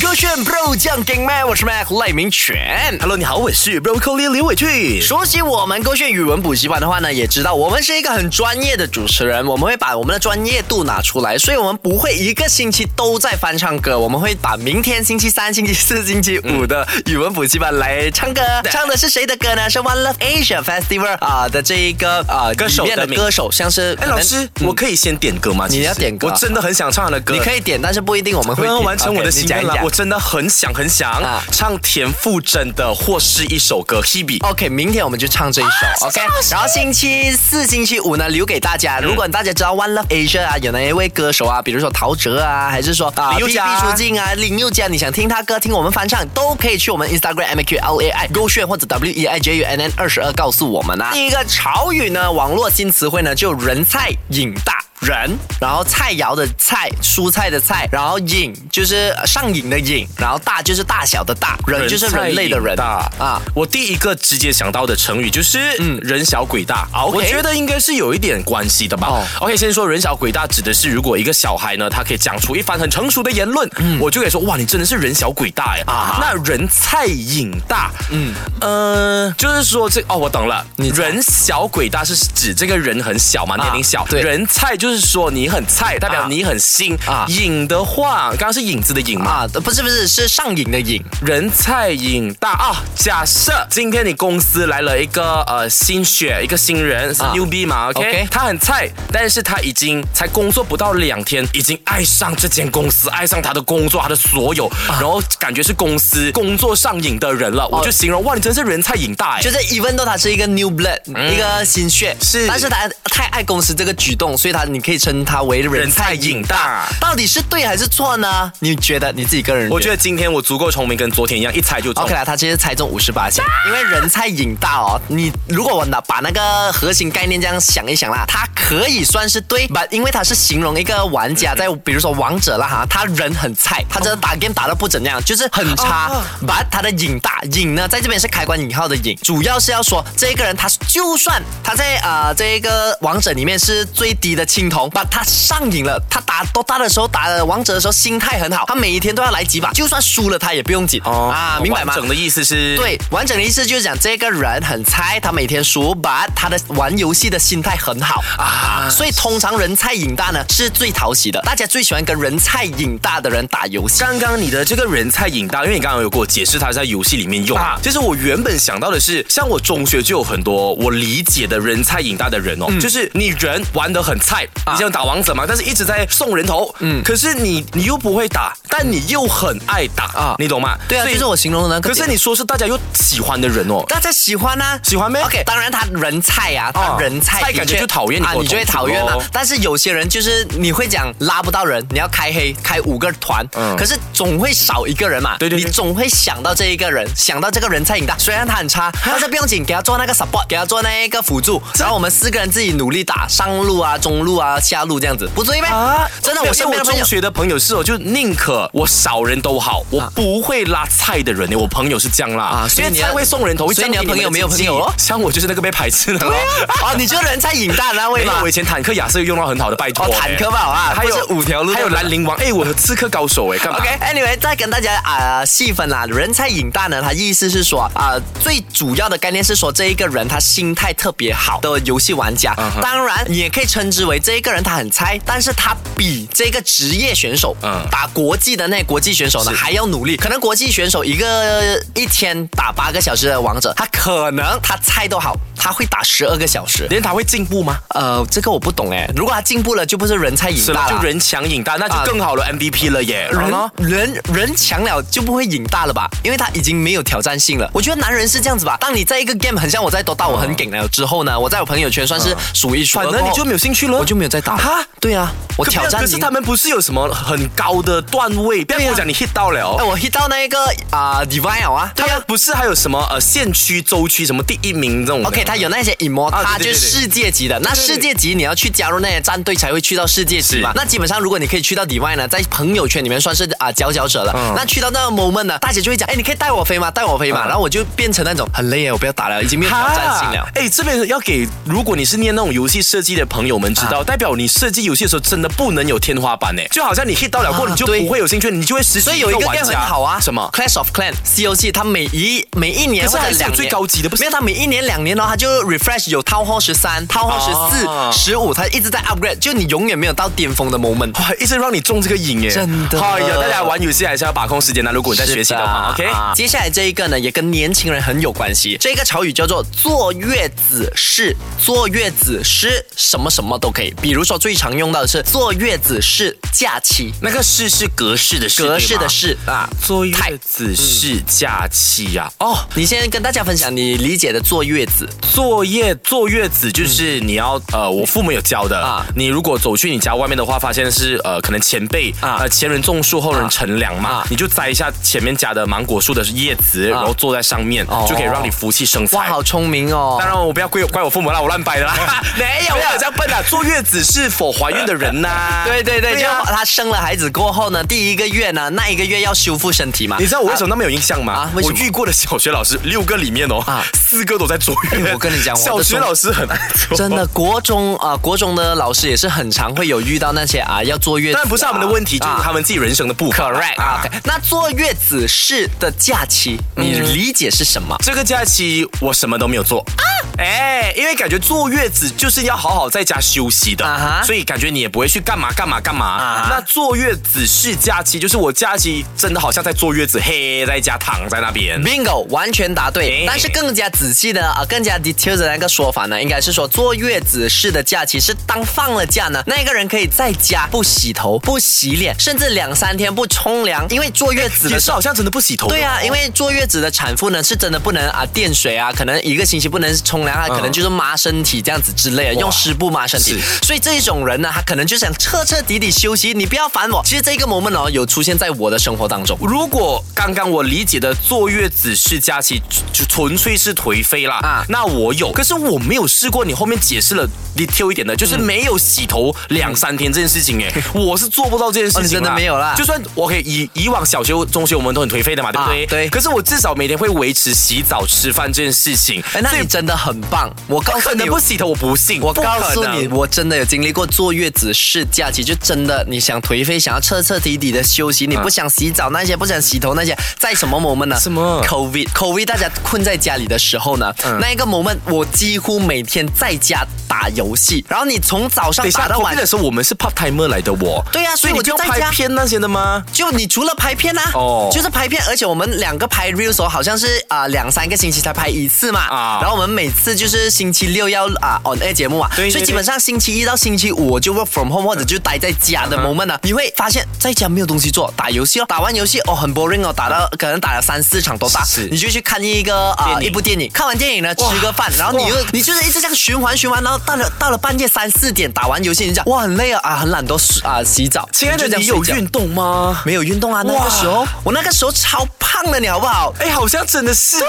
歌炫 Bro 酱给麦，我是 Mac 赖明全。 Hello，你好，我是 Broccoli 刘伟俊。说起我们歌炫语文补习班的话呢，也知道我们是一个很专业的主持人，我们会把我们的专业度拿出来，所以我们不会一个星期都在翻唱歌，我们会把明天星期三、星期四、星期五的 语文补习班来唱歌。唱的是谁的歌呢？是 One Love Asia Festival 啊、的这一个啊、歌手里面的的名歌手，像是哎，老师，我可以先点歌吗？其实嗯要点歌啊我真的很想唱他的歌。你可以点，但是不一定我们我会刚刚点完成 OK，我的你心讲愿一了讲我真的很想很想啊唱田馥甄的或是一首歌《Hebe》。 OK，明天我们就唱这一首、OK。然后星期四、星期五呢，留给大嗯家。如果大家知道 One Love Asia 啊，有哪一位歌手啊，比如说陶喆啊，还是说啊林宥嘉毕毕书尽啊、林宥嘉，你想听他歌、听我们翻唱，都可以去我们 Instagram M A Q L A I Go 炫或者 W E I J U N N 二十二告诉我们啊。第一个潮语呢，网络新词汇呢，就人菜瘾大。人，然后菜肴的菜，蔬菜的菜，然后瘾就是上瘾的瘾，然后大就是大小的大，人就是人类的人大啊啊！我第一个直接想到的成语就是“嗯，人小鬼大”啊，我 OK 觉得应该是有一点关系的吧。哦 OK，先说“人小鬼大”指的是如果一个小孩呢，他可以讲出一番很成熟的言论，我就可以说哇，你真的是人小鬼大哎。嗯啊那人菜瘾大，嗯呃，就是说这哦，我懂了，人小鬼大是指这个人很小嘛，年龄小。啊对人菜就是说你很菜，代表啊你很新啊瘾的话，刚刚是影子的影嘛。啊，不是不是，是上瘾的瘾人菜瘾大啊！假设今天你公司来了一个呃新血，一个新人是啊 newbie 嘛，OK，, OK 他很菜，但是他已经才工作不到两天，已经爱上这间公司，爱上他的工作，他的所有，啊然后感觉是公司工作上瘾的人了。我就形容哇，你真是人菜瘾大哎！哦嗯就是 even though 他是一个 new blood，、一个新血，是但是他太爱公司这个举动，所以他你可以称他为人人菜菜瘾瘾大。到底是对还是错呢？你觉得你自己个人？我觉得今天我足够聪明，跟昨天一样，一猜就中。 OK 啦，他其实猜中五十八线，因为人菜瘾大哦。你如果我拿把那个核心概念这样想一想啦，它可以算是对，but 因为它是形容一个玩家在，比如说王者啦哈，他人很菜，他真的打 game 打的不怎样，就是很差。but 他的瘾大，瘾呢在这边是开关引号的瘾，主要是要说这个人他就算他在啊这个王者里面是最低的青铜，but 他上瘾了，他打多大的时候打呃王者的时候心态很好，他每一天都要来几把，就算输了他也不用紧、哦啊，明白吗完？整的意思是，对，完整的意思就是讲这个人很菜，他每天输，把他的玩游戏的心态很好啊，所以通常人菜瘾大呢是最讨喜的，大家最喜欢跟人菜瘾大的人打游戏。刚刚你的这个人菜瘾大，因为你刚刚有给我解释它是在游戏里面用。啊啊、其实我原本想到的是，像我中学就有很多我理解的人菜瘾大的人哦，嗯就是你人玩得很菜，啊你像打王者嘛，但是一直在送人头，嗯，可是你你又不会打，但你又很爱打啊啊，你懂吗？对啊，所以就是我形容的那个可点。是你说是大家又喜欢的人哦，大家喜欢啊，喜欢咩 OK，当然他人菜啊，哦他人菜的菜确，感觉就讨厌你哦啊，跟我你就会同讨厌啊组咯。但是有些人就是你会讲拉不到人，你要开黑，开五个团，嗯可是总会少一个人嘛，对对对你总会想到这一个人，想到这个人菜瘾大，虽然他很差，但是不用紧，给他做那个 support，给他做那个辅助，然后我们四个人自己努力打上路啊、中路啊、下路这样子，不对咩？啊真的，我身像边我的朋中友。学的朋友是哦，就宁可我少人都好，我不会拉菜的人。我朋友是这样啦，啊啊，所以你的菜会送人头，会所以你的降低朋友们没有经济朋友哦像我就是那个被排斥的咯。 哦，你就人菜瘾大的那位 没有吗？我以前坦克亚瑟用到很好的，拜托、哎哦坦克吧好啊还有不是五条路还有兰陵王，哎，我有刺客高手哎，干嘛 OK，Anyway，、再跟大家啊、呃细分啦，人才引大呢，它意思是说啊、呃最主要的概念是说这一个人他心态特别好的游戏玩家。嗯哼当然，你也可以称之为这一个人他很菜，但是他比这个职业选手，嗯打国际的那国际选手呢还要努力。可能国际选手一个一天打八个小时的王者，他可能他菜都好，他会打十二个小时。连他会进步吗？呃，这个我不懂哎。如果他进步了，就不是人才引是大吧？了就。人强瘾大，那啊就更好了 MVP 了耶。嗯然后呢人人人强了就不会瘾大了吧？因为他已经没有挑战性了。我觉得男人是这样子吧，当你在一个 game 很像我在多大我很顶了之后呢，我在我朋友圈算是数一数二啊过反后，而你就没有兴趣了，我就没有再打了哈。对啊，我挑战可赢是他们不是有什么很高的段位？不要对啊跟我讲你 hit 到了哎，。我 hit 到那一个啊、divine 啊，对他啊们。不是还有什么呃县区、州区什么第一名这种 的 OK，它有那些 emo，啊它对就对是世界级的。那世界级你要去加入那些战队才会去到世界级嘛是。嗯那基本上如果你可以去到里外呢，在朋友圈里面算是啊佼佼者了。那去到那个 moment 呢，大姐就会讲，哎，你可以带我飞吗？带我嗯飞嘛。然后我就变成那种很累耶，我不要打了，已经没有挑战性了哈。哎，这边要给如果你是念那种游戏设计的朋友们知道，代表你设计游戏的时候真的不能有天花板哎，啊就好像你 hit 到了过，啊你就对不会有兴趣，你就会失去所以有一个玩 game 家很好啊，什么？ Clash of Clan COC，它每一每一年可或是者还是有两年最高级的不是没有，它每一年两年哦，它就 refresh 有 Town Hall 十三、Town Hall 十哦四、十五，它一直在 upgrade，就你永远没有到巅峰的 moment。哇，一直让你中这个瘾哎，真的哎呀，大家玩游戏还是要把控时间的，如果你在学习的话是，OK。啊接下来这一个呢，也跟年轻人很有关系。这个潮语叫做“坐月子式”，坐月子式什么什么都可以。比如说最常用到的是“坐月子式假期那个是是格式的”，式，格式的对吗式啊。坐月子是假期呀、啊。哦，你先跟大家分享你理解的坐月子。坐月坐月子就是你要、呃，我父母有教的啊啊。你如果走去你家外面的话，发现是呃，可能前辈啊啊、呃前人种树，后人乘凉嘛，啊你就摘一下前面家的芒果树的叶子，然后坐在上面，哦就可以让你福气生财。哇，好聪明哦！当然，我不要怪怪我父母啦，我乱掰 的啦，没有，我有这样笨啦。坐月子是否怀孕的人呐、 对对对，对啊就她生了孩子过后呢，第一个月呢，那一个月要修复身体嘛。你知道我为什么那么有印象吗？啊为什我么遇过的小学老师六个里面哦，啊四个都在坐月哎子。 我跟你讲我的小学中老师很爱啊坐，真的，国中啊、国中的老师也是很常会有遇到那些啊要坐月子、啊，当然不是他们的问题，就是啊他们自己人生的部分。 Correct Ah. 啊、OK 那坐月子式的假期，你理解是什么？这个假期我什么都没有做啊，哎，因为感觉坐月子就是要好好在家休息的啊哈所以感觉你也不会去干嘛干嘛干嘛。啊哈那坐月子是假期，就是我假期真的好像在坐月子，嘿，在家躺在那边。 Bingo，完全答对。哎但是更加仔细的啊，更加 detail 的那个说法呢，应该是说坐月子式的假期是当放了假呢，那一个人可以在家不洗头、不洗脸，甚至两三天不冲凉，因为坐月子也的是时候。好像真的不洗头的哦。对啊，因为坐月子的产妇呢，是真的不能啊电水啊，可能一个星期不能冲凉啊，可能就是抹身体这样子之类的，用湿布抹身体。所以这一种人呢，他可能就想彻彻底底休息，你不要烦我。其实这个 moment 哦，有出现在我的生活当中。如果刚刚我理解的坐月子是假期，就纯粹是颓废啦。啊啊，那我有，可是我没有试过。你后面解释了 detail 一点的，就是嗯没有洗头两三天这件 事情，哎、我是做不到这件事情、哦啊你真的没有啦就算我可以以以往小学、中学我们都很颓废的嘛，对不对？啊对可是我至少每天会维持洗澡、吃饭这件事情。哎，那所以你真的很棒，我告诉可 你能。不洗头，我不信。我不可告诉能你，我真的有经历过坐月子式假期，就真的你想颓废，想要彻彻底底的休息，你不想洗澡那些，不想洗头那些，在什么 moment 呢？啊什么嗯？COVID COVID，大家困在家里的时候呢，那一个 moment 我几乎每天在家打游戏，然后你从早上等一打下，到投晚币，的时候我们是 part timer 来的我。对啊所以你我就不用在家拍片那些的吗？就你除了拍片啊，哦就是拍片，而且我们两个拍 reels 哦好像是啊、两三个星期才拍一次嘛，啊然后我们每次就是星期六要啊、on air 节目啊，对对所以基本上星期一到星期五我就 work from home 或者就待在家嗯的 moment 呢、啊，你会发现在家没有东西做，打游戏哦，打完游戏哦很 boring 哦，打到可能打了三四场都打，是你就去看一个啊、电影一部电影，看完电影呢吃个饭，然后你又你就是一直这样循环循环，然后到了到了半夜三四点打完游戏，你就讲哇很累啊啊很懒得啊洗澡，亲爱的，就这样你有睡觉运动吗？没有运动啊，那哇个时候我那个时候超胖的，你好不好？哎，好像真的是。对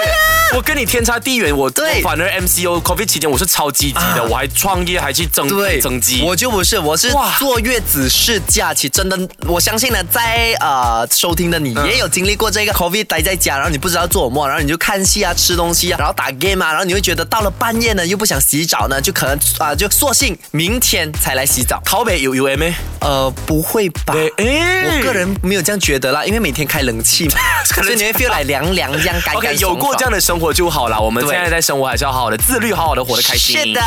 我跟你天差地远，我啊对啊我反而 MCO COVID 期间我是超积极的，我还创业，还去增增肌。我就不是，我是哇坐月子式假期，真的，我相信呢，在呃收听的你也有经历过这个 COVID 待在家，然后你不知道做什么，然后你就看戏啊、吃东西啊，然后打 game 啊，然后你会觉得到了半夜呢又不想洗澡呢，就可能啊、就索性明天才来洗澡。台北有 U M A，呃，不会吧？对哎我个人没有这样觉得啦，因为每天开冷气 嘛，所以你会 feel 来凉凉 这样干干 OK，爽有过爽这样的生活就好了。我们对现在在生活还是要好好的自律，好好的活得开心。是的，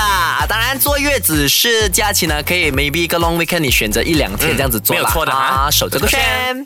当然坐月子是假期呢，可以 maybe 一个 long weekend 你选择一两天这样子做啦，嗯没有错的哈啊，守这个守这个圈。